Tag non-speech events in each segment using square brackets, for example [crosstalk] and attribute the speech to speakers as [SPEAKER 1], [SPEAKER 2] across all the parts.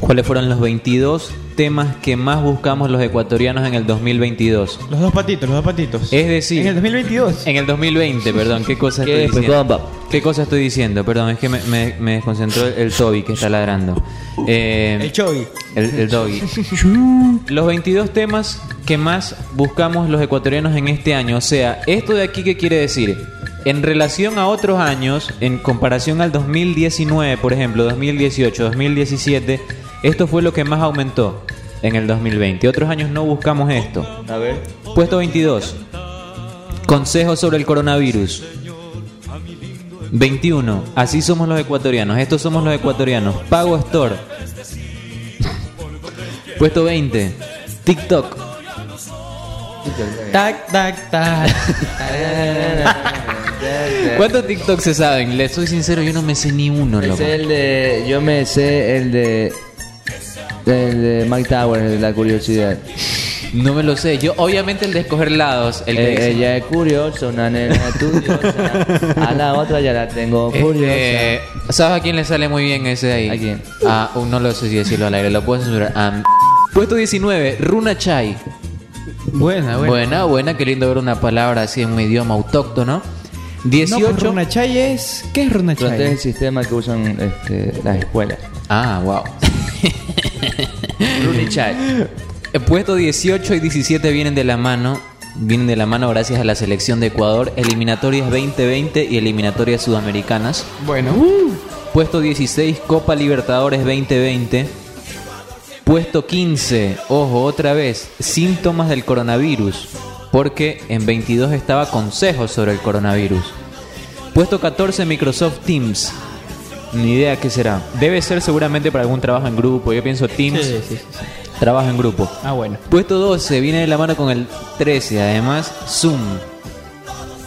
[SPEAKER 1] ¿Cuáles fueron los 22 temas que más buscamos los ecuatorianos en el 2022?
[SPEAKER 2] Los dos patitos, los dos patitos.
[SPEAKER 1] Es decir, eh,
[SPEAKER 2] En el 2022.
[SPEAKER 1] en el 2020, perdón, ¿qué cosa
[SPEAKER 3] ¿Qué,
[SPEAKER 1] estoy
[SPEAKER 3] pues,
[SPEAKER 1] diciendo?
[SPEAKER 3] compa?
[SPEAKER 1] ¿Qué cosa estoy diciendo? Perdón, es que me, me- me desconcentró el Toby que está ladrando. Eh,
[SPEAKER 2] El Chovi.
[SPEAKER 1] el, el Doggy. [laughs] Los 22 temas que más buscamos los ecuatorianos en este año. O sea, ¿esto de aquí qué quiere decir? En relación a otros años, en comparación al 2019, por ejemplo, 2018, 2017, esto fue lo que más aumentó en el 2020. Otros años no buscamos esto.
[SPEAKER 3] A ver.
[SPEAKER 1] Puesto 22. Consejos sobre el coronavirus. 21. Así somos los ecuatorianos. Estos somos los ecuatorianos. Pago Store. Puesto 20. TikTok.
[SPEAKER 2] Tac, tac, tac.
[SPEAKER 1] [laughs] ¿Cuántos TikTok se saben? Les soy sincero, yo no me sé ni uno,
[SPEAKER 3] Es
[SPEAKER 1] loco.
[SPEAKER 3] el de. Yo me sé el de. El de Mike Tower, el de la curiosidad.
[SPEAKER 1] No me lo sé. Yo, obviamente, el de escoger lados. El que
[SPEAKER 3] Eh,
[SPEAKER 1] dice-
[SPEAKER 3] ella es curiosa, una nena estudiosa. A la otra ya la tengo curiosa.
[SPEAKER 1] Este, ¿Sabes a quién le sale muy bien ese de ahí?
[SPEAKER 3] ¿A quién?
[SPEAKER 1] Ah, uh, no lo sé si decirlo al aire, lo puedo censurar. Ah, puesto 19. Runa Chai.
[SPEAKER 3] Ah,
[SPEAKER 2] Buena, buena.
[SPEAKER 1] Buena, buena, qué lindo ver una palabra así en un idioma autóctono.
[SPEAKER 2] No, pues
[SPEAKER 1] 18.
[SPEAKER 2] Runachay es. ¿Qué es Runachay?
[SPEAKER 3] Este es el sistema que usan este, las escuelas.
[SPEAKER 1] ah, wow.
[SPEAKER 3] Runichat.
[SPEAKER 1] Eh, Puesto 18 y 17 vienen de la mano. Vienen de la mano gracias a la selección de Ecuador, eliminatorias 2020 y eliminatorias sudamericanas.
[SPEAKER 2] Bueno. uh.
[SPEAKER 1] Puesto 16, Copa Libertadores 2020. Puesto 15, ojo, otra vez, síntomas del coronavirus. Porque en 22 estaba consejos sobre el coronavirus. Puesto 14, Microsoft Teams. Ni idea qué será. Debe ser seguramente para algún trabajo en grupo. Yo pienso Teams,
[SPEAKER 2] Sí, sí, sí,
[SPEAKER 1] trabajo en grupo.
[SPEAKER 2] Ah, bueno.
[SPEAKER 1] Puesto 12 viene de la mano con el 13, además Zoom.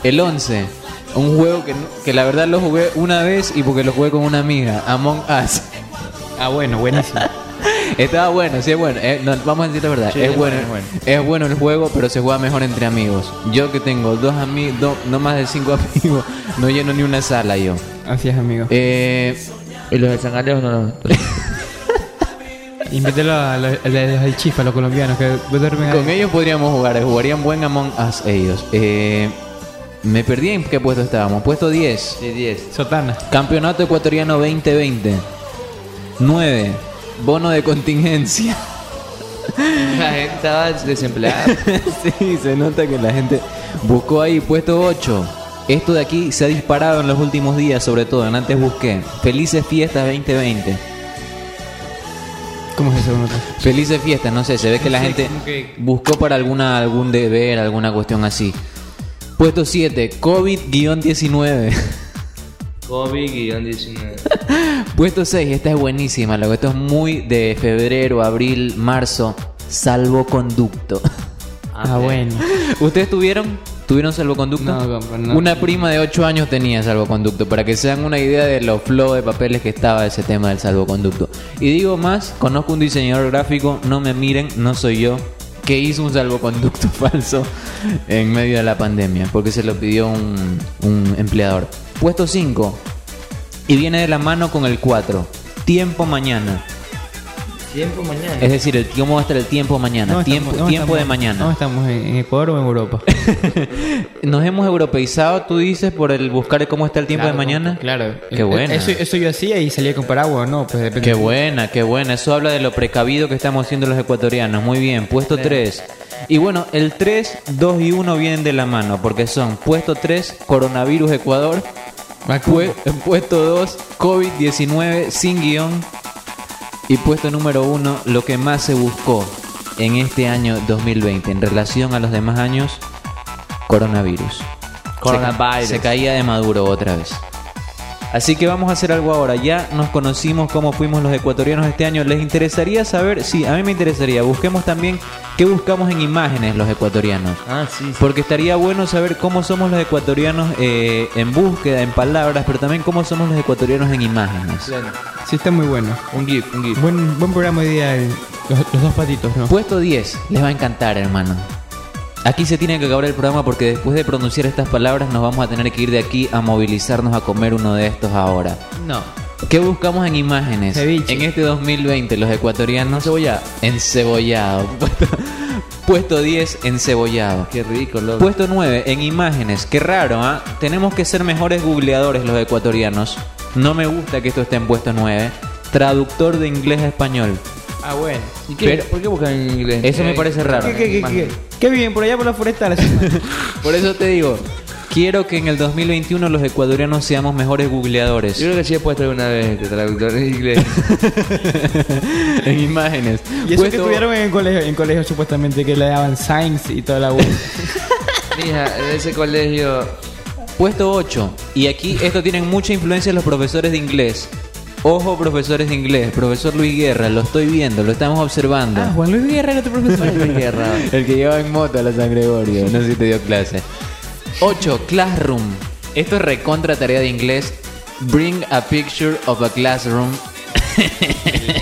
[SPEAKER 1] El 11, un juego que, no- que la verdad lo jugué una vez y porque lo jugué con una amiga, Among Us. [laughs]
[SPEAKER 2] Ah, bueno, buenísimo.
[SPEAKER 1] Estaba bueno, sí es bueno. eh, no, vamos a decir la verdad,
[SPEAKER 2] Sí,
[SPEAKER 1] es,
[SPEAKER 2] es
[SPEAKER 1] bueno,
[SPEAKER 2] bueno, es bueno.
[SPEAKER 1] es bueno el juego, pero se juega mejor entre amigos. Yo que tengo dos amigos, no más de cinco [laughs] amigos, no lleno ni una sala yo.
[SPEAKER 2] [laughs] Así es, amigo.
[SPEAKER 1] Eh,
[SPEAKER 3] Y los de San Carlos no los.
[SPEAKER 2] Invítelo a los, a los- al chifa, a los colombianos que duermen ahí.
[SPEAKER 1] Con ellos podríamos jugar, eh, jugarían buen Among Us ellos. Eh, me perdí en qué puesto estábamos. Puesto 10.
[SPEAKER 3] [laughs] Sí, 10.
[SPEAKER 2] Sotana.
[SPEAKER 1] Campeonato Ecuatoriano 2020. 9. Bono de contingencia.
[SPEAKER 3] [laughs] La gente estaba desempleada.
[SPEAKER 1] [laughs] sí, se nota que la gente buscó ahí puesto 8. Esto de aquí se ha disparado en los últimos días, sobre todo. En antes busqué. Felices fiestas 2020.
[SPEAKER 2] ¿Cómo es eso? Bruno?
[SPEAKER 1] Felices fiestas, no sé, se ve que la
[SPEAKER 2] Sí,
[SPEAKER 1] gente
[SPEAKER 2] como que-
[SPEAKER 1] buscó para alguna algún deber, alguna cuestión así. Puesto 7, COVID-19.
[SPEAKER 3] COVID-19.
[SPEAKER 1] Puesto 6, esta es buenísima, loco. Esto es muy de febrero, abril, marzo. Salvoconducto.
[SPEAKER 2] Ah, bueno.
[SPEAKER 1] [laughs] ¿Ustedes tuvieron? ¿Tuvieron salvoconducto?
[SPEAKER 2] No, compa, no.
[SPEAKER 1] Una prima de 8 años tenía salvoconducto, para que se dan una idea de lo flow de papeles que estaba ese tema del salvoconducto. Y digo más, conozco un diseñador gráfico, no me miren, no soy yo, que hizo un salvoconducto [laughs] falso en medio de la pandemia, porque se lo pidió un, un empleador. Puesto 5, y viene de la mano con el 4, tiempo mañana.
[SPEAKER 3] Tiempo mañana.
[SPEAKER 1] Es decir, el, ¿cómo va a estar el tiempo mañana?
[SPEAKER 2] ¿Dónde
[SPEAKER 1] tiempo
[SPEAKER 2] estamos? ¿Dónde
[SPEAKER 1] tiempo de
[SPEAKER 2] estamos?
[SPEAKER 1] mañana.
[SPEAKER 2] ¿Dónde estamos? ¿En en Ecuador o en Europa?
[SPEAKER 1] [laughs] Nos hemos europeizado, tú dices, por el buscar cómo está el tiempo de mañana.
[SPEAKER 2] Claro. Eh,
[SPEAKER 1] Qué buena.
[SPEAKER 2] Eso, eso yo hacía y salía con paraguas, ¿no? Pues depende.
[SPEAKER 1] Qué buena, qué buena. Eso habla de lo precavido que estamos siendo los ecuatorianos. Muy bien, puesto 3. Y bueno, el 3, 2 y 1 vienen de la mano, porque son puesto 3, coronavirus Ecuador. Pue- puesto 2, COVID-19 sin guión. Y puesto número 1, lo que más se buscó en este año 2020 en relación a los demás años, coronavirus.
[SPEAKER 3] Coronavirus.
[SPEAKER 1] Se, ca- se caía de Maduro otra vez. Así que vamos a hacer algo ahora. Ya nos conocimos cómo fuimos los ecuatorianos este año. ¿Les interesaría saber? Sí, a mí me interesaría. Busquemos también qué buscamos en imágenes los ecuatorianos.
[SPEAKER 3] Ah, sí, sí.
[SPEAKER 1] Porque estaría bueno saber cómo somos los ecuatorianos eh, en búsqueda, en palabras, pero también cómo somos los ecuatorianos en imágenes.
[SPEAKER 3] Pleno.
[SPEAKER 2] Sí, está muy bueno.
[SPEAKER 3] Un GIF, un GIF.
[SPEAKER 2] Buen, buen programa hoy día, el- los, los dos patitos, ¿no?
[SPEAKER 1] Puesto 10, les va a encantar, hermano. Aquí se tiene que acabar el programa porque después de pronunciar estas palabras nos vamos a tener que ir de aquí a movilizarnos a comer uno de estos ahora.
[SPEAKER 2] No.
[SPEAKER 1] ¿Qué buscamos en imágenes?
[SPEAKER 2] Ceviche.
[SPEAKER 1] En este 2020, los ecuatorianos. Cebollado. Encebollado. [laughs] Puesto, puesto 10, encebollado.
[SPEAKER 3] Qué rico, loco.
[SPEAKER 1] Puesto 9, en imágenes. Qué raro, ¿ah? Tenemos que ser mejores googleadores los ecuatorianos. No me gusta que esto esté en puesto 9. Traductor de inglés a español.
[SPEAKER 2] Ah, bueno.
[SPEAKER 3] ¿Y qué-
[SPEAKER 1] pero-
[SPEAKER 3] ¿Por qué buscan en inglés? Eh,
[SPEAKER 1] Eso me parece raro.
[SPEAKER 2] ¿Qué, qué, qué, qué? ¿Qué viven por allá por la forestal?
[SPEAKER 1] Por eso te digo, quiero que en el 2021 los ecuatorianos seamos mejores
[SPEAKER 3] Yo
[SPEAKER 1] googleadores.
[SPEAKER 3] creo que sí he puesto alguna vez este traductor en inglés.
[SPEAKER 1] [laughs] en imágenes.
[SPEAKER 2] y eso que
[SPEAKER 1] Puesto-
[SPEAKER 2] estuvieron en el colegio, en colegio supuestamente que le daban science y toda la web.
[SPEAKER 3] Mija, en ese colegio.
[SPEAKER 1] Puesto 8. Y aquí esto tienen mucha influencia los profesores de inglés. Ojo, profesores de inglés. Profesor Luis Guerra, lo estoy viendo, lo estamos observando.
[SPEAKER 2] ah, Juan Luis Guerra era tu profesor.
[SPEAKER 3] Guerra.
[SPEAKER 1] El que lleva en moto a la San Gregorio. No sé si te dio clase. 8. Classroom. Esto es recontra tarea de inglés. Bring a picture of a classroom.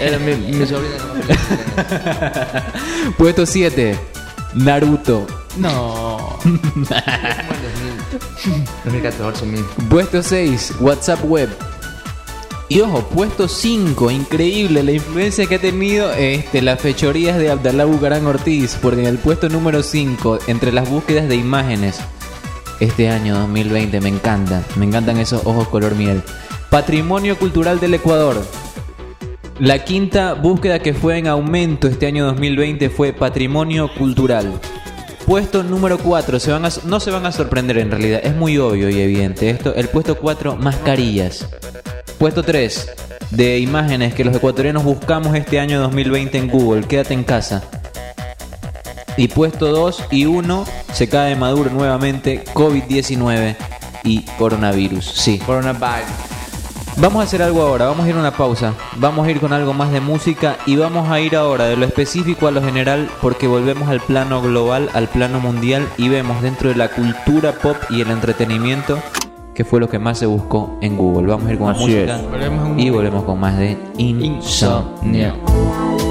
[SPEAKER 3] Era mi, mi sobrina.
[SPEAKER 1] Puesto 7. Naruto.
[SPEAKER 2] no.
[SPEAKER 3] 2014, mil.
[SPEAKER 1] Puesto 6, WhatsApp Web. Y ojo, puesto 5, increíble la influencia que ha tenido este, las fechorías de Abdalá Bucarán Ortiz, porque en el puesto número 5, entre las búsquedas de imágenes, este año 2020, me encanta, me encantan esos ojos color miel. Patrimonio Cultural del Ecuador. La quinta búsqueda que fue en aumento este año 2020 fue Patrimonio Cultural. Puesto número 4, se van a- no se van a sorprender en realidad, es muy obvio y evidente esto. El puesto 4, mascarillas. Puesto 3, de imágenes que los ecuatorianos buscamos este año 2020 en Google, quédate en casa. Y puesto 2 y 1, se cae de maduro nuevamente COVID-19 y coronavirus. Sí,
[SPEAKER 3] Coronavirus.
[SPEAKER 1] Vamos a hacer algo ahora, vamos a ir a una pausa, vamos a ir con algo más de música y vamos a ir ahora de lo específico a lo general porque volvemos al plano global, al plano mundial y vemos dentro de la cultura pop y el entretenimiento que fue lo que más se buscó en Google. Vamos a ir con la música
[SPEAKER 2] Volvemos a un
[SPEAKER 1] y volvemos con más de Insomnia.
[SPEAKER 3] Insomnio.